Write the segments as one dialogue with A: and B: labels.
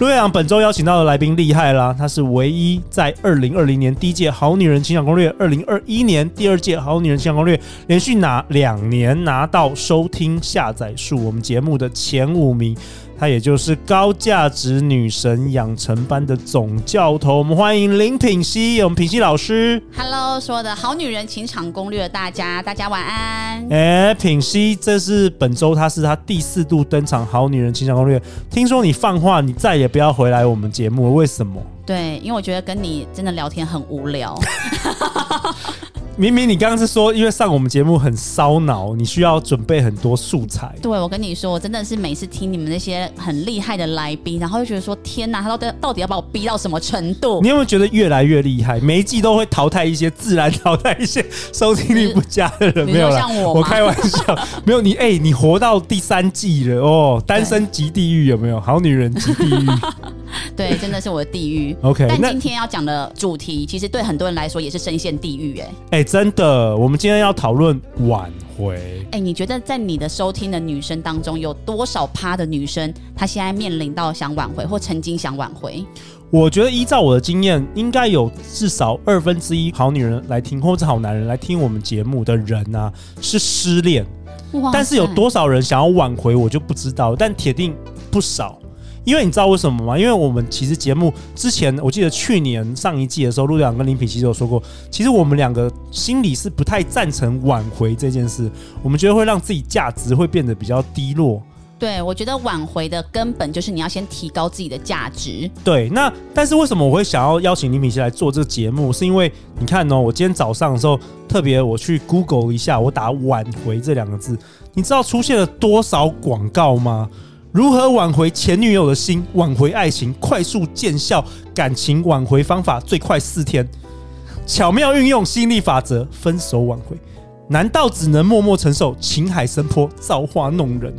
A: 陆队长本周邀请到的来宾厉害啦，他是唯一在二零二零年第一届《好女人情感攻略》、二零二一年第二届《好女人情感攻略》连续拿两年拿到收听下载数我们节目的前五名，她也就是高价值女神养成班的总教头。我们欢迎林品熙，我们品熙老师。
B: Hello，说的好女人情场攻略，大家大家晚安。
A: 哎、品熙，这是本周她是她第四度登场《好女人情场攻略》。听说你放话，你再也不要回来我们节目了，为什么？
B: 对，因为我觉得跟你真的聊天很无 聊，
A: 明明你刚刚是说，因为上我们节目很烧脑，你需要准备很多素材。
B: 对我跟你说，我真的是每次听你们那些很厉害的来宾，然后就觉得说，天哪，他到底到底要把我逼到什么程度
A: 你？有没有觉得越来越厉害？每一季都会淘汰一些，自然淘汰一些收听率不佳的人，
B: 你
A: 没有
B: 说
A: 啦
B: 像我吗
A: 我开玩笑，没有你，哎、你活到第三季了哦，单身即地狱有没有？好女人即地狱
B: 对，真的是我的地狱。
A: ，OK，
B: 但
A: 那
B: 今天要讲的主题，其实对很多人来说也是深陷地狱、哎，
A: 哎、真的，我们今天要讨论挽回。
B: 哎，你觉得在你的收听的女生当中，有多少趴的女生，她现在面临到想挽回或曾经想挽回？
A: 我觉得依照我的经验，应该有至少二分之一好女人来听，或者好男人来听我们节目的人啊，是失恋，
B: 哇
A: 但是有
B: 塞
A: 多少人想要挽回，我就不知道，但铁定不少。因为你知道为什么吗？因为我们其实节目之前，我记得去年上一季的时候，陆队长跟林品熙有说过，其实我们两个心里是不太赞成挽回这件事，我们觉得会让自己价值会变得比较低落。
B: 对，我觉得挽回的根本就是你要先提高自己的价值。
A: 对，那但是为什么我会想要邀请林品熙来做这个节目？是因为你看哦，我今天早上的时候特别我去 Google 一下，我打“挽回”这两个字，你知道出现了多少广告吗？如何挽回前女友的心，挽回爱情，快速见效，感情挽回方法最快四天，巧妙运用吸引力法则，分手挽回，难道只能默默承受情海深坡，造化弄人？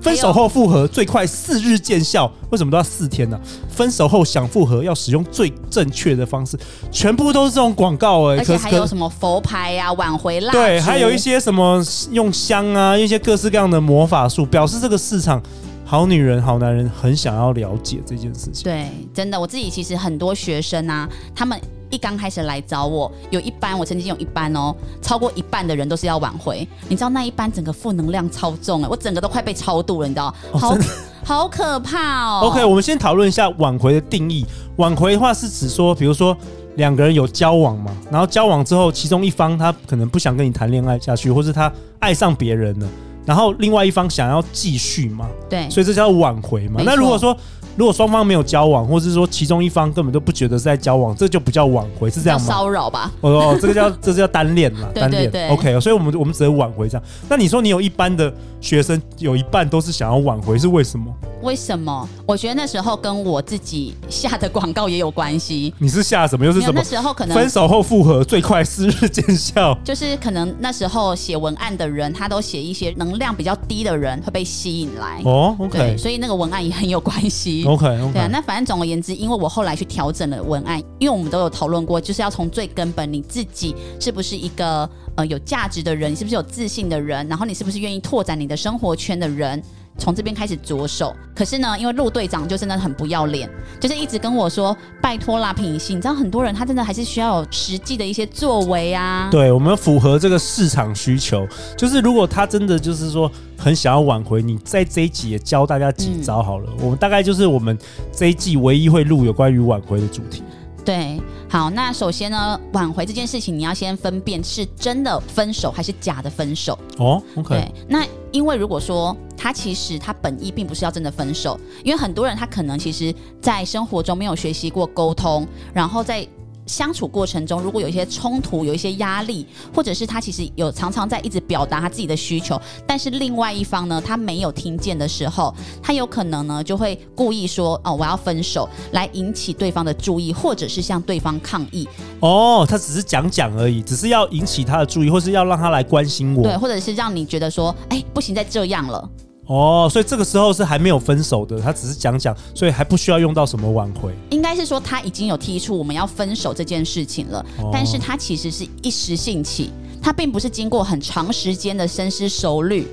A: 分手后复合最快四日见效，为什么都要四天呢、分手后想复合要使用最正确的方式，全部都是这种广告哎、
B: 而
A: 可
B: 且
A: 是
B: 还有什么佛牌呀、挽回蜡烛，
A: 对，还有一些什么用香啊，一些各式各样的魔法术，表示这个市场好女人、好男人很想要了解这件事情。
B: 对，真的，我自己其实很多学生啊，他们一刚开始来找我，有一班我曾经有一班哦，超过一半的人都是要挽回。你知道那一班整个负能量超重哎、我整个都快被超度了，你 知道，好、好可怕哦。
A: 哦 OK，我们先讨论一下挽回的定义。挽回的话是指说，比如说两个人有交往嘛，然后交往之后，其中一方他可能不想跟你谈恋爱下去，或是他爱上别人了，然后另外一方想要继续嘛，
B: 对，
A: 所以这叫挽回嘛。
B: 没错
A: 那如果说如果双方没有交往，或是说其中一方根本都不觉得是在交往，这就不叫挽回，是这
B: 叫
A: 样吗？
B: 骚扰吧。
A: 哦，这个 叫这个叫单恋嘛，
B: 对
A: 单恋
B: 对对。
A: OK，所以我们我们只能挽回这样。那你说你有一般的学生，有一半都是想要挽回，是为什么？
B: 为什么？我觉得那时候跟我自己下的广告也有关系。
A: 你是下什么又是
B: 没有
A: 什么
B: 那？时候可能
A: 分手后复合最快四日见效。
B: 就是可能那时候写文案的人，他都写一些能量比较低的人会被吸引来。
A: 哦
B: 对，
A: ，OK
B: 所以那个文案也很有关系。
A: OK
B: 对啊，
A: OK，
B: 那反正总而言之，因为我后来去调整了文案，因为我们都有讨论过，就是要从最根本，你自己是不是一个呃有价值的人，你是不是有自信的人，然后你是不是愿意拓展你的生活圈的人，从这边开始着手。可是呢，因为陆队长就真的很不要脸，就是一直跟我说拜托啦，品性，你知道很多人他真的还是需要有实际的一些作为啊。
A: 对我们符合这个市场需求，就是如果他真的就是说很想要挽回，你在这一集也教大家
B: 嗯
A: 几招好了。我们大概就是我们这一季唯一会录有关于挽回的主题。
B: 对，好，那首先呢，挽回这件事情，你要先分辨是真的分手还是假的分手。
A: 哦，OK，
B: 对，那因为如果说他其实他本意并不是要真的分手，因为很多人他可能其实在生活中没有学习过沟通，然后在相处过程中，如果有一些冲突、有一些压力，或者是他其实有常常在一直表达他自己的需求，但是另外一方呢，他没有听见的时候，他有可能呢就会故意说哦我要分手，来引起对方的注意，或者是向对方抗议，
A: 哦，他只是讲讲而已，只是要引起他的注意，或是要让他来关心
B: 对，
A: 我。
B: 或者是让你觉得说哎不行，再这样了。
A: 哦，所以这个时候是还没有分手的，他只是讲讲，所以还不需要用到什么挽回。
B: 应该是说他已经有提出我们要分手这件事情了，
A: 哦
B: 但是他其实是一时兴起，他并不是经过很长时间的深思熟虑。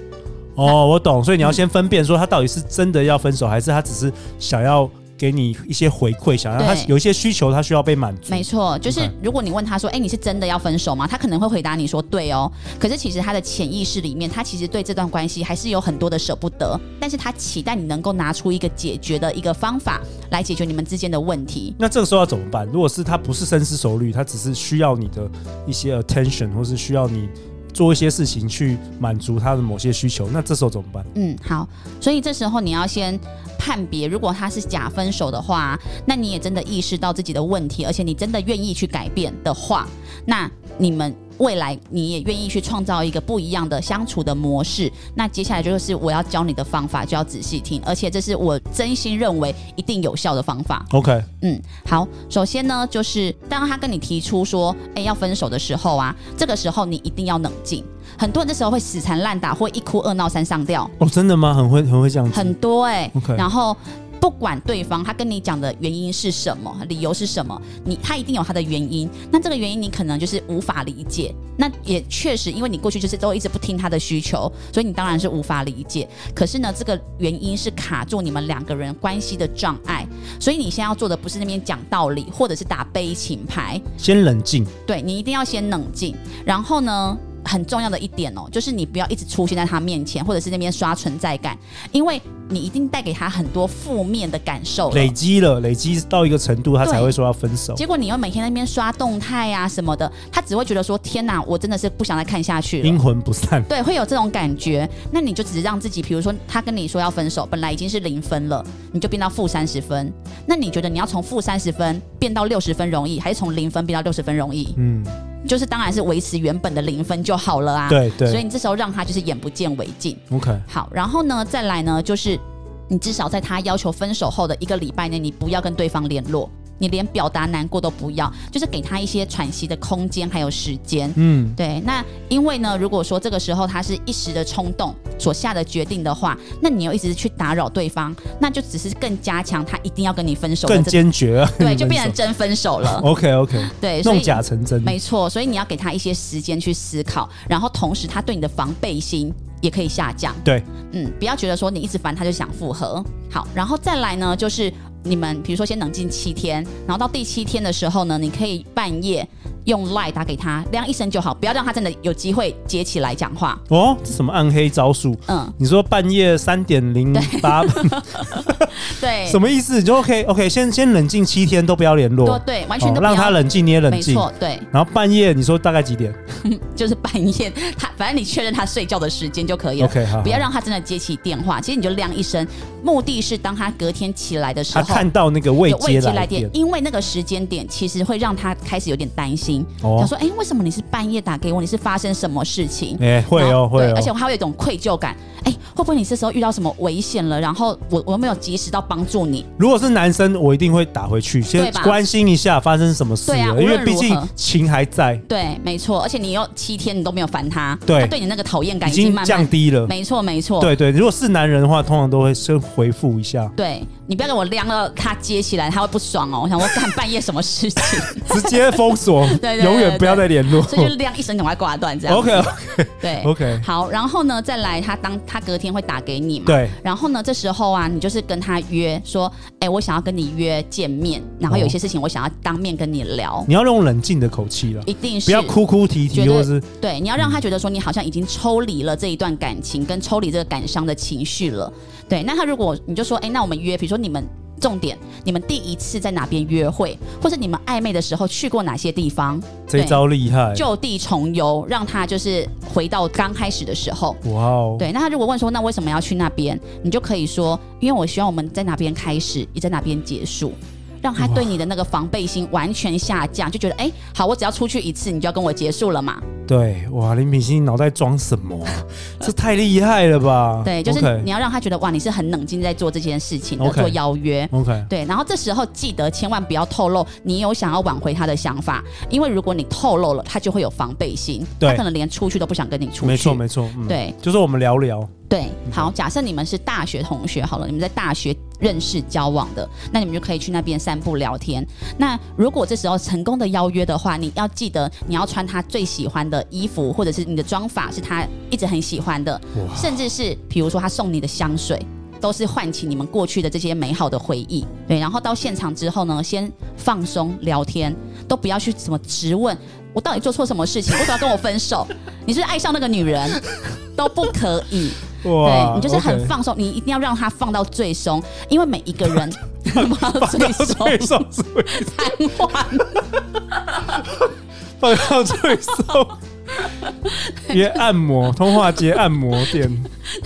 A: 哦，我懂，所以你要先分辨说他到底是真的要分手，还是他只是想要给你一些回馈，想让他
B: 对
A: 有一些需求，他需要被满足。
B: 没错，就是
A: 明白
B: 如果你问他说：“哎、你是真的要分手吗？”他可能会回答你说：“对哦。”可是其实他的潜意识里面，他其实对这段关系还是有很多的舍不得，但是他期待你能够拿出一个解决的一个方法来解决你们之间的问题。
A: 那这个时候要怎么办？如果是他不是深思熟虑，他只是需要你的一些 attention，或是需要你做一些事情去满足他的某些需求，那这时候怎么办？
B: 嗯，好，所以这时候你要先判别，如果他是假分手的话，啊那你也真的意识到自己的问题，而且你真的愿意去改变的话，那你们未来你也愿意去创造一个不一样的相处的模式。那接下来就是我要教你的方法，就要仔细听，而且这是我真心认为一定有效的方法。
A: OK，
B: 嗯，好，首先呢，就是当他跟你提出说，哎，要分手的时候啊，这个时候你一定要冷静。很多人这时候会死缠烂打，或一哭二闹三上吊。
A: 哦，真的吗？很会很会这样子，
B: 很多哎、
A: OK
B: 然后。不管对方他跟你讲的原因是什么，理由是什么，你他一定有他的原因。那这个原因你可能就是无法理解，那也确实因为你过去就是都一直不听他的需求，所以你当然是无法理解。可是呢，这个原因是卡住你们两个人关系的障碍，所以你现在要做的不是那边讲道理，或者是打悲情牌，
A: 先冷静。
B: 对你一定要先冷静，然后呢？很重要的一点哦，就是你不要一直出现在他面前，或者是那边刷存在感，因为你一定带给他很多负面的感受了
A: 累积了，累积到一个程度，他才
B: 对
A: 会说要分手。
B: 结果你又每天在那边刷动态啊什么的，他只会觉得说：“天哪，我真的是不想再看下去了。”
A: 阴魂不散。
B: 对，会有这种感觉。那你就只是让自己，比如说他跟你说要分手，本来已经是零分了，你就变到负三十分。那你觉得你要从负三十分变到六十分容易，还是从零分变到六十分容易？
A: 嗯，
B: 就是当然是维持原本的零分就好了啊。
A: 对对
B: 所以你这时候让他就是眼不见为净。
A: ，OK，
B: 好，然后呢，再来呢，就是你至少在他要求分手后的一个礼拜内，你不要跟对方联络，你连表达难过都不要，就是给他一些喘息的空间还有时间。
A: 嗯，
B: 对，那因为呢，如果说这个时候他是一时的冲动所下的决定的话，那你又一直去打扰对方，那就只是更加强他一定要跟你分手的
A: 更
B: 这个，
A: 坚决啊。
B: 对，就变成真分手了。
A: OK OK，
B: 对，所以
A: 弄假成真。
B: 没错，所以你要给他一些时间去思考，然后同时他对你的防备心也可以下降。
A: 对，
B: 嗯，不要觉得说你一直烦他就想复合。好，然后再来呢，就是你们比如说先冷静七天，然后到第七天的时候呢，你可以半夜用 Line 打给他，亮一声就好，不要让他真的有机会接起来讲话。
A: 哦，这什么暗黑招数？
B: 嗯，
A: 你说半夜三点零八，
B: 对，
A: 什么意思？你就 OK OK，先先冷静七天都不要联络哦
B: 对，对，完全都不要。
A: 让他冷静，你也冷
B: 没
A: 静。
B: 错，对，
A: 然后半夜你说大概几点
B: 就是半夜，他反正你确认他睡觉的时间就可以了。
A: ？OK，好，
B: 不要
A: 好
B: 让他真的接起电话，其实你就亮一声，目的是当他隔天起来的时
A: 他
B: 候，
A: 看到那个未
B: 有
A: 接
B: 接
A: 来
B: 电
A: 电，，
B: 因为那个时间点其实会让他开始有点担心，
A: 哦
B: 想说，哎、为什么你是半夜打给我？你是发生什么事情？
A: 哎，会
B: 然
A: 哦
B: 后
A: 会
B: 对
A: 哦
B: 而且。我还会有一种愧疚感，哎、会不会你这时候遇到什么危险了？然后我我又没有及时到帮助你，
A: 如果是男生，我一定会打回去，先
B: 对吧
A: 关心一下发生什么事
B: 对啊
A: 了，
B: 无
A: 因为
B: 论
A: 毕
B: 如
A: 竟
B: 何
A: 情还在，
B: 对，没错，而且你又七天你都没有烦他，
A: 对
B: 他对你那个讨厌感
A: 已
B: 已经
A: 经
B: 慢慢
A: 降，低了。
B: 没错没错，
A: 对对，如果是男人的话，通常都会先回复一下，
B: 对你不要给我晾了，他接起来他会不爽哦，我想我干半夜什么事 情，
A: 直接封锁，
B: 对对
A: 永远不要再联络。
B: 所以就晾一声赶快挂断这样
A: OK
B: 对
A: OK，
B: 好，然后呢再来他当他隔天会打给你嘛，
A: 对，
B: 然后呢，这时候啊，你就是跟他约说，哎、我想要跟你约见面，然后有一些事情我想要当面跟你聊，
A: 你要用冷静的口气了，
B: 一定是
A: 哦不要哭哭啼
B: 觉
A: 啼，
B: 得
A: 或者是
B: 对，你要让他觉得说你好像已经抽离了这一段感情，跟抽离这个感伤的情绪了。对，那他如果你就说，哎、那我们约，比如说你们。重点，你们第一次在哪边约会，或者你们暧昧的时候去过哪些地方，
A: 这一招厉害。
B: 就地重游，让他就是回到刚开始的时候。
A: 哇哦，
B: 对，那他如果问说那为什么要去那边，你就可以说，因为我希望我们在哪边开始，也在哪边结束。让他对你的那个防备心完全下降，就觉得哎、好，我只要出去一次，你就要跟我结束了嘛。
A: 对，哇，林品心脑袋装什么 啊？这太厉害了吧？
B: 对，就是
A: 啊 OK
B: 你要让他觉得哇，你是很冷静在做这件事情的
A: OK
B: 做邀约。
A: OK，
B: 对，然后这时候记得千万不要透露你有想要挽回他的想法，因为如果你透露了，他就会有防备心，
A: 对
B: 他可能连出去都不想跟你出去。
A: 没错没错，嗯，
B: 对
A: 就是我们聊聊，
B: 对，好，假设你们是大学同学好了，你们在大学认识交往的，那你们就可以去那边散步聊天。那如果这时候成功的邀约的话，你要记得你要穿他最喜欢的衣服，或者是你的妆法是他一直很喜欢的，
A: 哇，
B: 甚至是比如说他送你的香水，都是唤起你们过去的这些美好的回忆。对，然后到现场之后呢，先放松聊天，都不要去什么质问我到底做错什么事情，为什么要跟我分手？你是不是爱上那个女人？都不可以，对
A: 哇，
B: 你就是很
A: OK
B: 放松，你一定要让他放到最松，因为每一 个人放到
A: 放
B: 最
A: 到
B: 松
A: 最松，最
B: 瘫痪，
A: 放到最松，也按摩，通化街按摩店，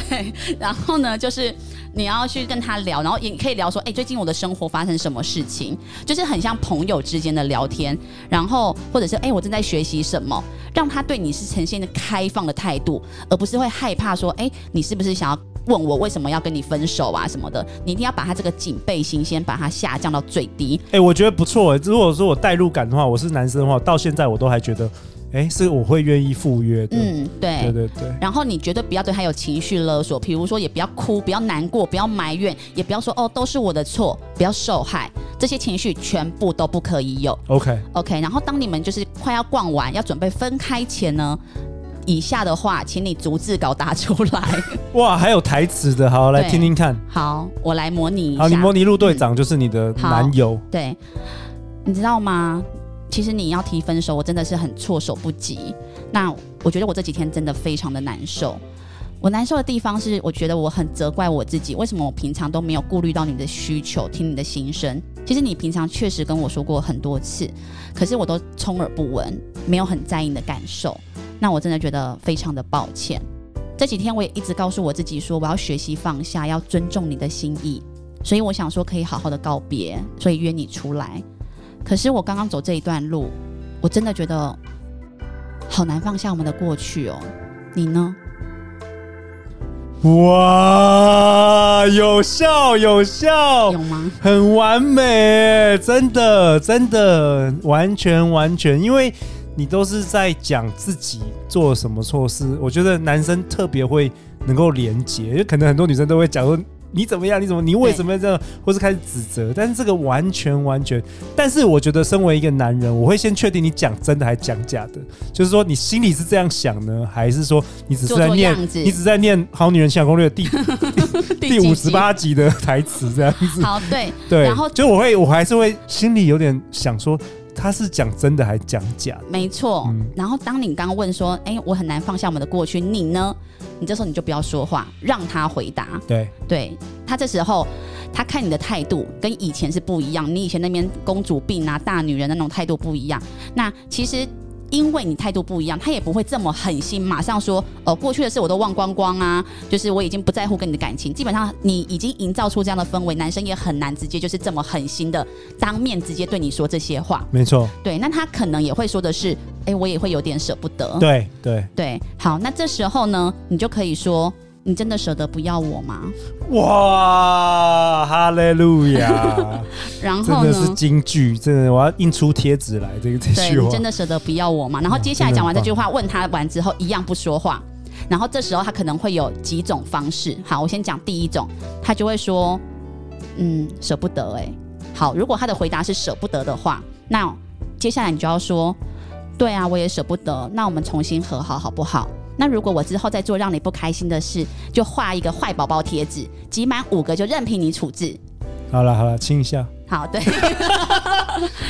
B: 对，然后呢，就是你要去跟他聊，然后也可以聊说，哎、最近我的生活发生什么事情，就是很像朋友之间的聊天，然后或者是哎、我正在学习什么，让他对你是呈现的开放的态度，而不是会害怕说，哎、你是不是想要问我为什么要跟你分手啊什么的，你一定要把他这个警备心先把它下降到最低，
A: 哎，我觉得不错欸。如果说我代入感的话，我是男生的话，到现在我都还觉得，哎，是我会愿意赴约的。
B: 嗯，
A: 对对对，
B: 然后你绝对不要对他有情绪勒索，比如说也不要哭，不要难过，不要埋怨，也不要说哦都是我的错，不要受害，这些情绪全部都不可以有。
A: OK，
B: OK，然后当你们就是快要逛完，要准备分开前呢，以下的话，请你逐字稿打出来。
A: 哇，还有台词的，好来
B: 对
A: 听听看。
B: 好，我来模拟一下。
A: 好，你模拟陆队长就是你的男友，
B: 对，你知道吗？其实你要提分手，我真的是很措手不及。那我觉得我这几天真的非常的难受。我难受的地方是，我觉得我很责怪我自己，为什么我平常都没有顾虑到你的需求，听你的心声。其实你平常确实跟我说过很多次，可是我都充耳不闻，没有很在意你的感受。那我真的觉得非常的抱歉。这几天我也一直告诉我自己说，我要学习放下，要尊重你的心意。所以我想说可以好好的告别，所以约你出来。可是我刚刚走这一段路，我真的觉得好难放下我们的过去哦。你呢？
A: 哇，有效有效，
B: 有吗？
A: 很完美耶，真的真的完全完全，因为你都是在讲自己做了什么错事，我觉得男生特别会能够连接，就可能很多女生都会讲说。你怎么样？你怎么？你为什么要这样？或是开始指责？但是这个完全完全，但是我觉得身为一个男人，我会先确定你讲真的还讲假的，就是说你心里是这样想呢，还是说你只是
B: 做
A: 在
B: 做
A: 念
B: 样子
A: 你只是在念《好女人情感攻略》第第
B: 几
A: 五
B: 集
A: 十。八集的台词这样子？
B: 好，对，
A: 对，
B: 然后
A: 就我会，我还是会心里有点想说，他是讲真的还讲假的？
B: 没错。
A: 嗯
B: 然后当你刚刚问说，哎、我很难放下我们的过去，你呢？你这时候你就不要说话，让他回答。
A: 对，
B: 对他这时候，他看你的态度跟以前是不一样，你以前那边公主病啊、大女人那种态度不一样。那其实因为你态度不一样，他也不会这么狠心，马上说哦，过去的事我都忘光光啊，就是我已经不在乎跟你的感情。基本上你已经营造出这样的氛围，男生也很难直接就是这么狠心的当面直接对你说这些话。
A: 没错，
B: 对，那他可能也会说的是，哎，我也会有点舍不得。
A: 对对，
B: 对，好，那这时候呢，你就可以说，你真的舍得不要我吗？
A: 哇，哈利路亚，
B: 然
A: 真
B: 后
A: 的
B: 呢？
A: 是京剧，真的，我要印出贴纸来，这个这
B: 对
A: 句
B: 你
A: 话
B: 真的舍得不要我吗？然后接下来讲完这句话，问他完之后一样不说话，然后这时候他可能会有几种方式。好，我先讲第一种，他就会说，嗯，舍不得哎、好，如果他的回答是舍不得的话，那接下来你就要说，对啊，我也舍不得，那我们重新和好好不好？那如果我之后再做让你不开心的事，就画一个坏宝宝贴纸，集满五个就任凭你处置。
A: 好了好了，亲一下，
B: 好，对。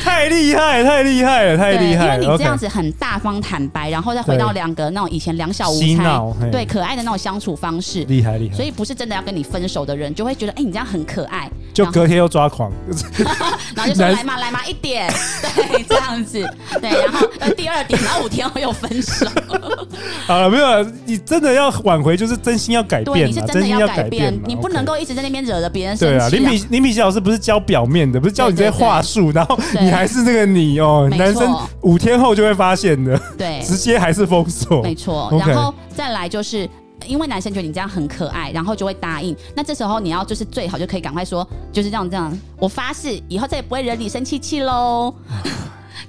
A: 太厉害，太厉害了，太
B: 对，
A: 厉害了，
B: 因为你
A: OK
B: 这样子很大方坦白，然后再回到
A: 对
B: 两个那种以前两小无
A: 洗
B: 猜
A: 脑嘿，
B: 对可爱的那种相处方式，
A: 厉害厉害，
B: 所以不是真的要跟你分手的人就会觉得，哎、你这样很可爱，
A: 就隔天又抓狂，
B: 然后就说
A: 男
B: 来嘛来嘛一点，对，这样子，对，然后呃第二点，然后五天后又分手，
A: 好了，没有了，你真的要挽回，就是真心要改
B: 对，
A: 变
B: 你是
A: 啦，
B: 真的
A: 心
B: 要改
A: 改
B: 变
A: 嘛，
B: 你不
A: OK
B: 能够一直在那边惹着别人生
A: 对
B: 气、
A: 啊，林敏林敏熙老师不是教表面的，不是教你这些话术，然后你还是那个你哦，
B: 没错
A: 男生五天后就会发现的，
B: 对，
A: 直接还是封锁。
B: 没错。
A: OK
B: 然后再来就是。因为男生觉得你这样很可爱，然后就会答应。那这时候你要就是最好就可以赶快说，就是这样这样，我发誓以后再也不会惹你生气气 喽。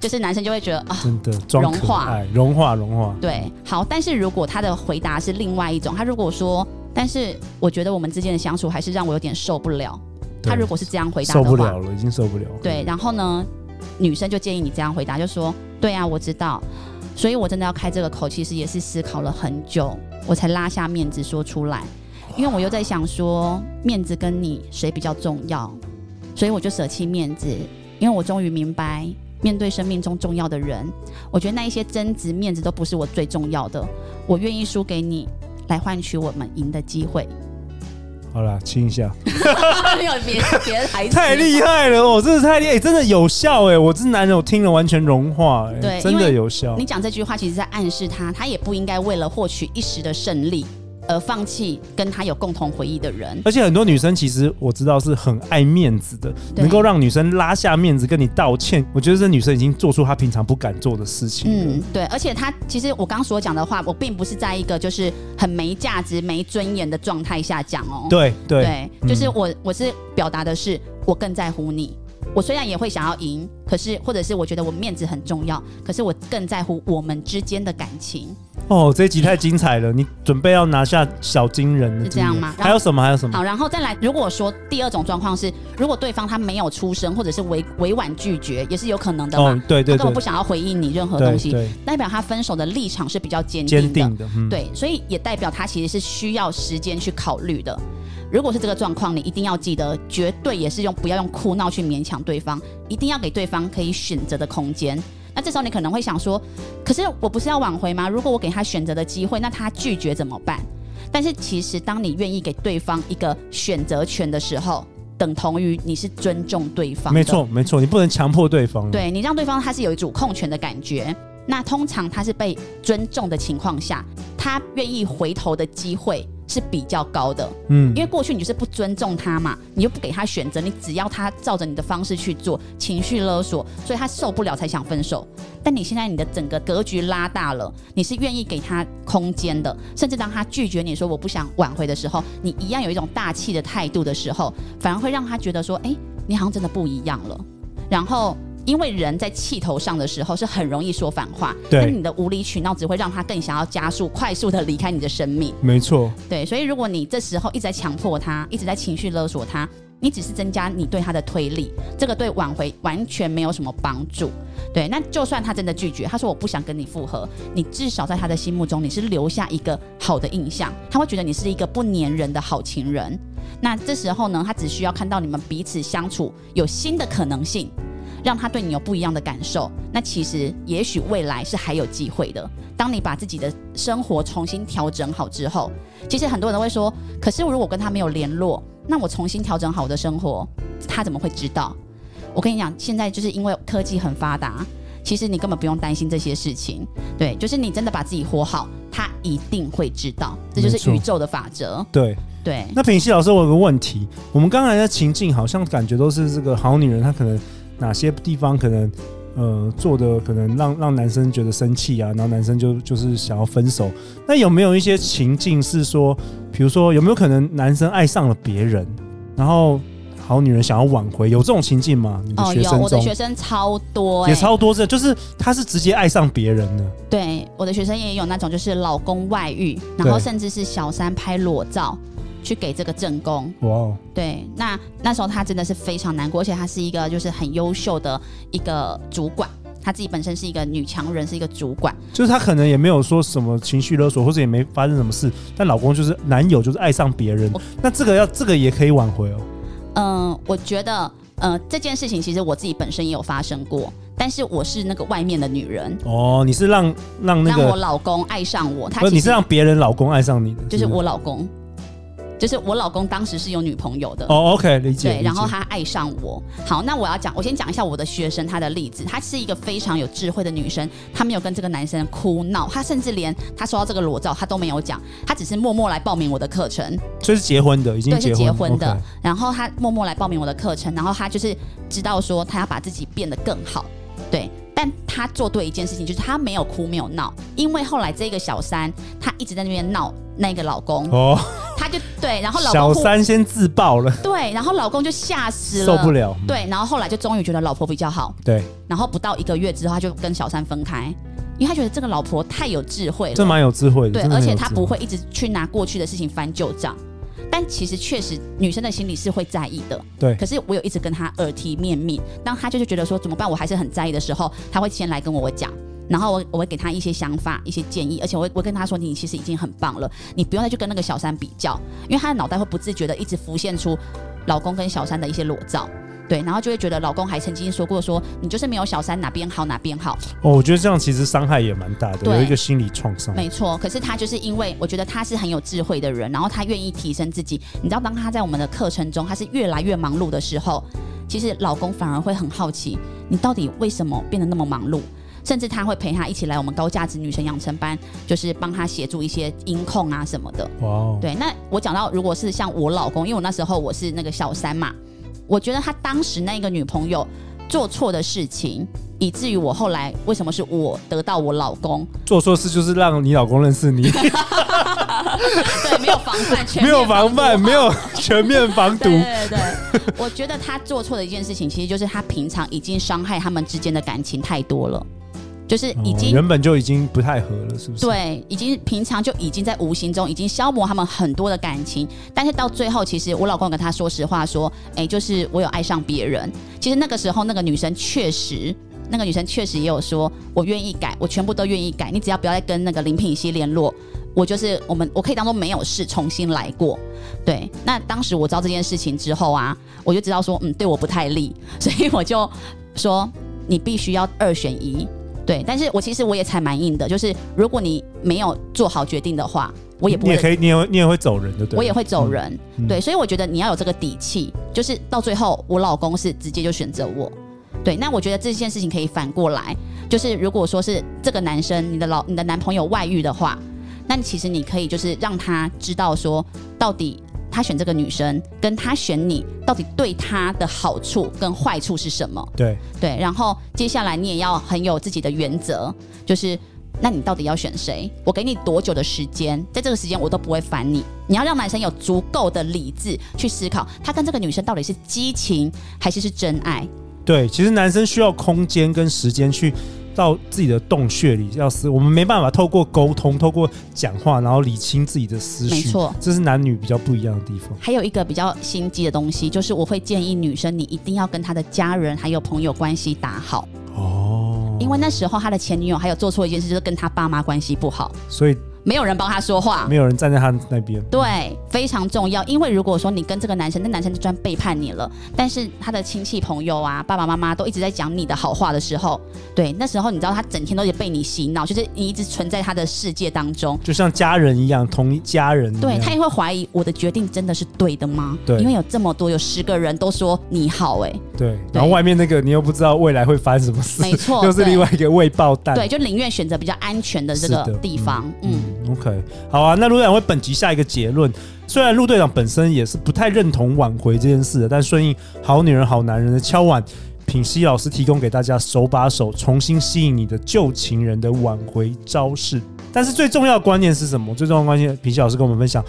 B: 就是男生就会觉得啊，
A: 真的装可爱，融化融化，
B: 对，好，但是如果他的回答是另外一种，他如果说，但是我觉得我们之间的相处还是让我有点受不了。
A: 对
B: 他如果是这样回答
A: 受
B: 的
A: 不
B: 话
A: 了，了，已经受不了了。
B: 对，然后呢，女生就建议你这样回答，就说：对啊，我知道，所以我真的要开这个口，其实也是思考了很久，我才拉下面子说出来，因为我又在想说，面子跟你谁比较重要，所以我就舍弃面子，因为我终于明白。面对生命中重要的人，我觉得那一些争执、面子都不是我最重要的。我愿意输给你，来换取我们赢的机 会。
A: 好啦，亲一下，
B: 没有哎别别的台词，
A: 太厉害了，我真的太厉害，欸真的有效哎！我这男人，我听了完全融化，欸
B: 对
A: 真
B: 因
A: 的
B: 为
A: 有效
B: 你。讲这句话，其实在暗示他，他也不应该为了获取一时的胜利而放弃跟他有共同回忆的人。
A: 而且很多女生其实我知道是很爱面子的，
B: 对
A: 能够让女生拉下面子跟你道歉，我觉得这女生已经做出她平常不敢做的事情了。
B: 嗯，对，而且他其实我刚所讲的话，我并不是在一个就是很没价值、没尊严的状态下讲哦。
A: 对对嗯
B: 就是我我是表达的是我更在乎你。我虽然也会想要赢，可是或者是我觉得我面子很重要，可是我更在乎我们之间的感情。
A: 哦，这一集太精彩了！你准备要拿下小金人了，
B: 是这样吗
A: 今年还有什么？还有什么？
B: 好，然后再来，如果说第二种状况是，如果对方他没有出声，或者是委委婉拒绝，也是有可能的嘛。
A: 哦，对对
B: 他根
A: 对
B: 本不，想要回应你任何东
A: 对
B: 西，
A: 对，
B: 代表他分手的立场是比较坚定的。
A: 坚定的，嗯，
B: 对，所以也代表他其实是需要时间去考虑的。如果是这个状况，你一定要记得，绝对也是用不要用哭闹去勉强对方，一定要给对方可以选择的空间。那这时候你可能会想说，可是我不是要挽回吗？如果我给他选择的机会，那他拒绝怎么办？但是其实，当你愿意给对方一个选择权的时候，等同于你是尊重对方。
A: 没错没错，你不能强迫对方。，
B: 对你让对方他是有主控权的感觉。那通常他是被尊重的情况下，他愿意回头的机会是比较高的，
A: 嗯
B: 因为过去你就是不尊重他嘛，你又不给他选择，你只要他照着你的方式去做，情绪勒索，所以他受不了才想分手。但你现在你的整个格局拉大了，你是愿意给他空间的，甚至当他拒绝你说我不想挽回的时候，你一样有一种大气的态度的时候，反而会让他觉得说，哎、你好像真的不一样了。然后，因为人在气头上的时候是很容易说反话，
A: 对
B: 那你的无理取闹只会让他更想要加速、快速的离开你的生命。
A: 没错，
B: 对，所以如果你这时候一直在强迫他，一直在情绪勒索他，你只是增加你对他的推力，这个对挽回完全没有什么帮助。对，那就算他真的拒绝，他说我不想跟你复合，你至少在他的心目中你是留下一个好的印象，他会觉得你是一个不粘人的好情人。那这时候呢，他只需要看到你们彼此相处有新的可能性，让他对你有不一样的感受。那其实也许未来是还有机会的。当你把自己的生活重新调整好之后，其实很多人都会说，可是如果跟他没有联络，那我重新调整好我的生活，他怎么会知道？我跟你讲，现在就是因为科技很发达，其实你根本不用担心这些事情。对，就是你真的把自己活好，他一定会知道，这就
A: 没
B: 是
A: 错
B: 宇宙的法则。
A: 对。
B: 对，
A: 那品熙老师，我有个问题，我们刚才的情境好像感觉都是这个好女人，她可能哪些地方可能呃做的可能让让男生觉得生气啊，然后男生就就是想要分手。那有没有一些情境是说，比如说有没有可能男生爱上了别人，然后好女人想要挽回，有这种情境吗？你的
B: 哦，
A: 学
B: 有
A: 生
B: 我的
A: 中、
B: 学生超多、欸，
A: 也超多这，就是她是直接爱上别人的，
B: 对，我的学生也有那种就是老公外遇，然后甚至是小三拍裸照去给这个正宫。
A: 哇哦，
B: 对，那那时候他真的是非常难过，而且他是一个就是很优秀的一个主管，他自己本身是一个女强人，是一个主管。
A: 就是她可能也没有说什么情绪勒索，或者也没发生什么事，但老公就是男友就是爱上别人
B: 我，
A: 那这个要这个也可以挽回哦。
B: 嗯，我觉得，呃，这件事情其实我自己本身也有发生过，但是我是那个外面的女人，
A: 哦，你是让让那
B: 让我
A: 个
B: 老公爱上我，他
A: 不是
B: 其
A: 你是
B: 实
A: 让别人老公爱上你的，
B: 就是
A: 不
B: 我老公。就是我老公当时是有女朋友的。
A: 哦，OK，理解。
B: 对，
A: 理
B: 然后
A: 解
B: 他爱上我。好，那我要讲，我先讲一下我的学生她的例子。她是一个非常有智慧的女生，她没有跟这个男生哭闹，她甚至连她收到这个裸照她都没有讲，她只是默默来报名我的课程。
A: 所以是结婚的，已经
B: 对，是
A: 结
B: 结婚的
A: OK。
B: 然后他默默来报名我的课程，然后他就是知道说他要把自己变得更好，对。但他做对一件事情，就是他没有哭，没有闹，因为后来这个小三他一直在那边闹那个老公，
A: 哦，
B: 他就对，然后老
A: 小
B: 公哭
A: 三先自爆了，
B: 对，然后老公就吓死了，
A: 受不了。嗯
B: 对，然后后来就终于觉得老婆比较好，
A: 对，
B: 然后不到一个月之后，他就跟小三分开，因为他觉得这个老婆太有智慧了
A: 这，蛮有智慧的。
B: 对，
A: 真的
B: 而
A: 很有
B: 且她
A: 智
B: 不
A: 慧。
B: 会一直去拿过去的事情翻旧账。但其实确实，女生的心里是会在意的。
A: 对
B: 可是我有一直跟她耳提面命，当她就是觉得说怎么办，我还是很在意的时候，她会先来跟我我讲，然后我我会给她一些想法、一些建议，而且我会我会跟她说，你其实已经很棒了，你不用再去跟那个小三比较，因为她的脑袋会不自觉的一直浮现出老公跟小三的一些裸照。对，然后就会觉得老公还曾经说过说你就是没有小三哪边好哪边好，
A: 哦，我觉得这样其实伤害也蛮大的，
B: 对
A: 有一个心理创伤。
B: 没错，可是他就是因为我觉得他是很有智慧的人，然后他愿意提升自己。你知道，当他在我们的课程中，他是越来越忙碌的时候，其实老公反而会很好奇，你到底为什么变得那么忙碌？甚至他会陪他一起来我们高价值女神养成班，就是帮他协助一些音控啊什么的。
A: 哇哦，
B: 对，那我讲到，如果是像我老公，因为我那时候我是那个小三嘛，我觉得他当时那个女朋友做错的事情，以至于我后来为什么是我得到我老公，
A: 做错事就是让你老公认识你，
B: 对， 没有防范，全
A: 没有
B: 面
A: 防范，
B: 毒
A: 没有全面防毒
B: 对。对对，对我觉得他做错的一件事情，其实就是他平常已经伤害他们之间的感情太多了，就是已
A: 哦
B: 经、
A: 原本就已经不太合了，是不是？，
B: 对，已经平常就已经在无形中已经消磨他们很多的感情，但是到最后，其实我老公有跟他说实话，说，哎，就是我有爱上别人。其实那个时候，那个女生确实。那个女生确实也有说，我愿意改，我全部都愿意改，你只要不要再跟那个林品熙联络，我就是我们，我可以当做没有事，重新来过。对，那当时我知道这件事情之后啊，我就知道说，嗯，对我不太利， 所以我就说，你必须要二选一。对，但是我其实我也才蛮硬的，就是如果你没有做好决定的话，我也不
A: 你也
B: 会，
A: 可以，你也会你也会走人，对不对？
B: 我也会走
A: 嗯。
B: 人。
A: 嗯
B: 对，所以我觉得你要有这个底气，就是到最后我老公是直接就选择我。对，那我觉得这件事情可以反过来，就是如果说是这个男生，你的老你的男朋友外遇的话，那你其实你可以就是让他知道说，到底他选这个女生跟他选你，到底对他的好处跟坏处是什么？
A: 对，
B: 对，然后接下来你也要很有自己的原则，就是那你到底要选谁？我给你多久的时间？在这个时间我都不会烦你。你要让男生有足够的理智去思考，他跟这个女生到底是激情还是是真爱？
A: 对，其实男生需要空间跟时间去到自己的洞穴里，要思，我们没办法透过沟通、透过讲话，然后理清自己的思绪。
B: 没错
A: 这是男女比较不一样的地方。
B: 还有一个比较心机的东西，就是我会建议女生，你一定要跟她的家人还有朋友关系打好，
A: 哦，
B: 因为那时候他的前女友还有做错一件事，就是跟他爸妈关系不好，
A: 所以
B: 没有人帮他说话，
A: 没有人站在他那边。
B: 对，非常重要。因为如果说你跟这个男生，那男生就算背叛你了，但是他的亲戚朋友啊、爸爸妈妈都一直在讲你的好话的时候，对，那时候你知道他整天都也被你洗脑，就是你一直存在他的世界当中。
A: 就像家人一样，同一家人一样。
B: 对他也会怀疑我的决定真的是对的吗？
A: 对
B: 因为有这么多，有十个人都说你好、哎，
A: 对，然后外面那个你又不知道未来会发生什么事，
B: 没错
A: 又是
B: 对
A: 另外一个未爆弹。
B: 对，就宁愿选择比较安全的
A: 嗯是
B: 这
A: 的
B: 个地方，嗯
A: 嗯，OK，好啊。那陆队长为本集下一个结论，虽然陆队长本身也是不太认同挽回这件事的，但顺应《好女人好男人》的敲碗，品熙老师提供给大家手把手重新吸引你的旧情人的挽回招式。但是最重要的观念是什么？最重要的观念，品熙老师跟我们分享，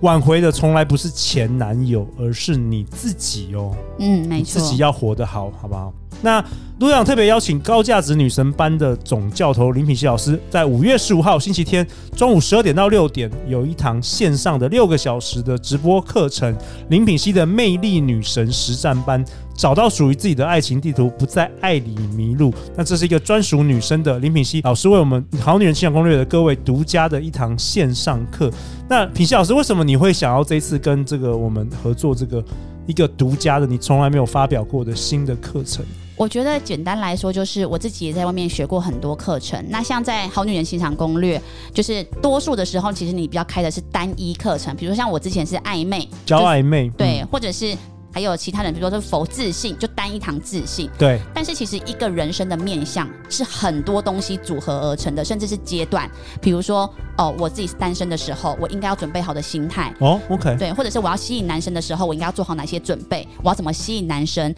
A: 挽回的从来不是前男友，而是你自己哦。
B: 嗯，没
A: 你
B: 错
A: 自，己要活得好，好不好？那陆长特别邀请高价值女神班的总教头林品熙老师，在五月十五号星期天中午十二点到六点，有一堂线上的六个小时的直播课程《林品熙的魅力女神实战班》，找到属于自己的爱情地图，不在爱里迷路。那这是一个专属女生的林品熙老师为我们《好女人情感攻略》的各位独家的一堂线上课。那品熙老师，为什么你会想要这次跟这个我们合作这个一个独家的你从来没有发表过的新的课程？
B: 我觉得简单来说，就是我自己也在外面学过很多课程。那像在《好女人情场攻略》，就是多数的时候，其实你比较开的是单一课程，比如说像我之前是暧昧，
A: 教
B: 就是
A: 暧昧，
B: 对，
A: 嗯
B: 或者是还有其他人，比如说是否自信，就单一堂自信。
A: 对，
B: 但是其实一个人生的面相是很多东西组合而成的，甚至是阶段。比如说，哦，我自己是单身的时候，我应该要准备好的心态，
A: 哦，OK，
B: 对，或者是我要吸引男生的时候，我应该要做好哪些准备？我要怎么吸引男生？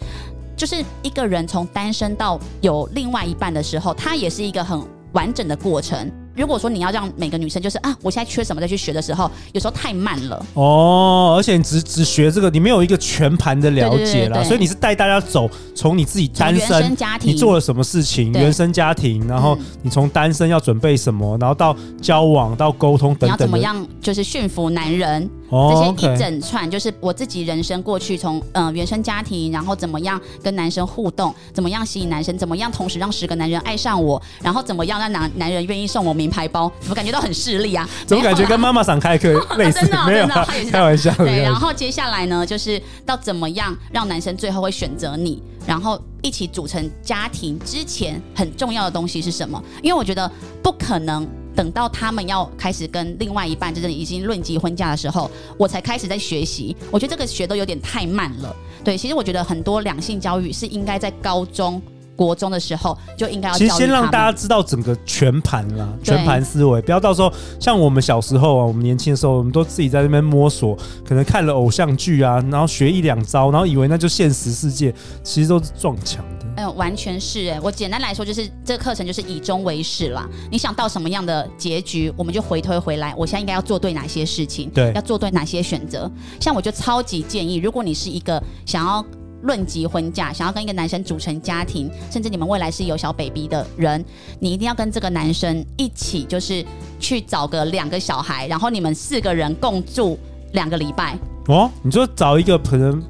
B: 就是一个人从单身到有另外一半的时候，他也是一个很完整的过程。如果说你要让每个女生就是啊，我现在缺什么再去学的时候，有时候太慢了。
A: 哦，而且你只只学这个，你没有一个全盘的了解
B: 对对
A: 啦，
B: 对对
A: 所以你是带大家走，从你自己
B: 从
A: 单
B: 原
A: 身
B: 生。家庭，
A: 你做了什么事情？
B: 对
A: 原生家庭，然后
B: 嗯
A: 你从单身要准备什么，然后到交往、到沟通
B: 你
A: 等
B: 要怎
A: 等
B: 么
A: 的。
B: 样就是驯服男人？
A: 哦
B: 这些一
A: ，OK，
B: 整串就是我自己人生过去从嗯、呃原生家庭，然后怎么样跟男生互动，怎么样吸引男生，怎么样同时让十个男人爱上我，然后怎么样让男男人愿意送我名牌包，怎么感觉到很势利啊？
A: 怎么感觉跟妈妈想开课类似
B: 真的？哦
A: 没有
B: 真的
A: 啊
B: 哦他也，是
A: 开玩笑 的。
B: 对，然后接下来呢，就是到怎么样让男生最后会选择你，然后一起组成家庭之前很重要的东西是什么？因为我觉得不可能等到他们要开始跟另外一半就是已经论及婚嫁的时候，我才开始在学习。我觉得这个学都有点太慢了。对，其实我觉得很多两性教育是应该在高中、国中的时候就应该要教
A: 其
B: 育
A: 实先让
B: 他们
A: 大家知道整个全盘啦，
B: 对
A: 全盘思维，不要到时候像我们小时候啊，我们年轻的时候，我们都自己在那边摸索，可能看了偶像剧啊，然后学一两招，然后以为那就现实世界，其实都是撞墙的。
B: 哎呦，完全是哎！我简单来说，就是这个课程就是以终为始啦。你想到什么样的结局，我们就回推回来。我现在应该要做对哪些事情？
A: 对
B: 要做对哪些选择？像我就超级建议，如果你是一个想要论及婚嫁，想要跟一个男生组成家庭，甚至你们未来是有小 baby 的人，你一定要跟这个男生一起，就是去找个两个小孩，然后你们四个人共住两个礼拜，
A: 哦，你就找一个可能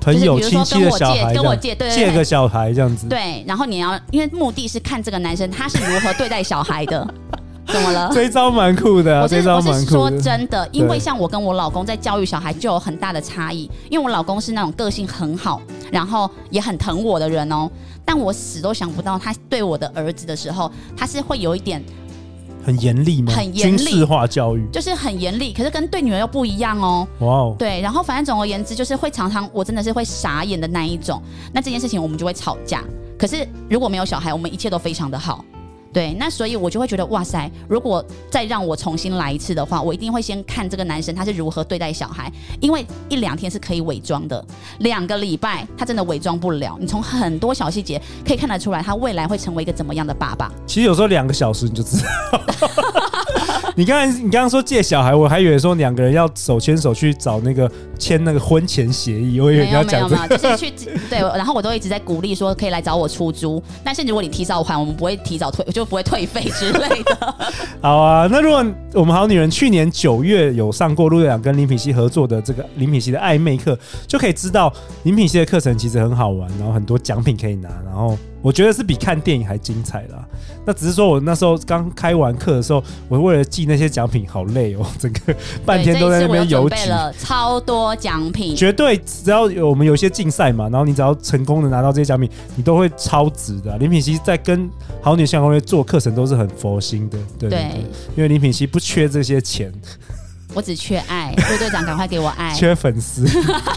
A: 朋友
B: 就是比
A: 亲
B: 如说
A: 戚的小
B: 跟我借，
A: 孩这
B: 跟我
A: 样，
B: 借，对对对
A: 借个小孩这样子。
B: 对，然后你要，因为目的是看这个男生他是如何对待小孩的， 怎么了？
A: 这一招蛮酷的、啊，
B: 我
A: 这
B: 是
A: 一招
B: 我
A: 蛮
B: 是
A: 酷
B: 说
A: 的。
B: 真的，因
A: 对
B: 为像我跟我老公在教育小孩就有很大的差异，因为我老公是那种个性很好，然后也很疼我的人哦，但我死都想不到他对我的儿子的时候，他是会有一点
A: 很严厉吗？
B: 很严厉
A: 军事化教育。
B: 就是很严厉，可是跟对女儿又不一样哦。
A: 哇哦，
B: 对，然后反正总而言之，就是会常常我真的是会傻眼的那一种。那这件事情我们就会吵架。可是如果没有小孩，我们一切都非常的好。对，那所以我就会觉得，哇塞！如果再让我重新来一次的话，我一定会先看这个男生他是如何对待小孩，因为一两天是可以伪装的，两个礼拜他真的伪装不了。你从很多小细节可以看得出来，他未来会成为一个怎么样的爸爸。
A: 其实有时候两个小时你就知道。 你刚才你刚刚说借小孩，我还以为说两个人要手牵手去找那个签那个婚前协议，我以为
B: 没
A: 你要
B: 有没
A: 讲
B: 有
A: 这
B: 没
A: 个。
B: 有，就是去 对，然后我都一直在鼓励说可以来找我出租，但是如果你提早还，我们不会提早退，就不会退费之 类的。
A: 好啊，那如果我们好女人去年九月有上过陆队长跟林品熙合作的这个林品熙的暧昧课，就可以知道林品熙的课程其实很好玩，然后很多奖品可以拿，然后我觉得是比看电影还精彩啦。那只是说我那时候刚开完课的时候，我为了记那些奖品好累哦，整个半天都在那边
B: 对这一次
A: 邮
B: 我
A: 局
B: 准。备了超多奖品，
A: 绝对只要有我们有一些竞赛嘛，然后你只要成功的拿到这些奖品，你都会超值的啊、林品熙在跟好女相关做课程都是很佛心的，对对对，
B: 对
A: 因为林品熙不缺这些钱，
B: 我只缺爱，陆队长赶快给我爱。
A: 缺粉丝。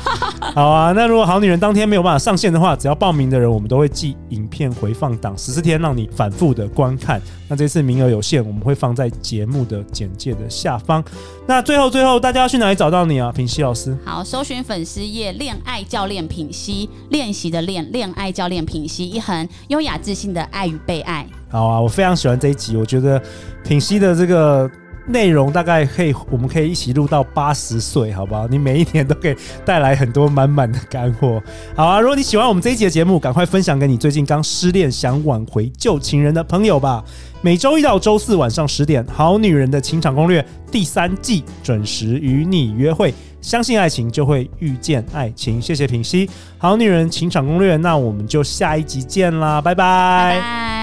A: 好啊，那如果好女人当天没有办法上线的话，只要报名的人，我们都会寄影片回放档十四天，让你反复的观看。那这次名额有限，我们会放在节目的简介的下方。那最后最后，大家要去哪里找到你啊，平熙老师？
B: 好，搜寻粉丝页“恋爱教练品析”，练习的练，恋爱教练品析一横，优雅自信的爱与被爱。
A: 好啊，我非常喜欢这一集，我觉得品熙的这个。内容大概可以，我们可以一起录到八十岁，好不好？你每一年都可以带来很多满满的干货。好啊，如果你喜欢我们这一集的节目，赶快分享给你最近刚失恋想挽回旧情人的朋友吧。每周一到周四晚上十点，《好女人的情场攻略》第三季准时与你约会。相信爱情，就会遇见爱情。谢谢品熙，《好女人情场攻略》，那我们就下一集见啦，拜拜
B: 拜拜。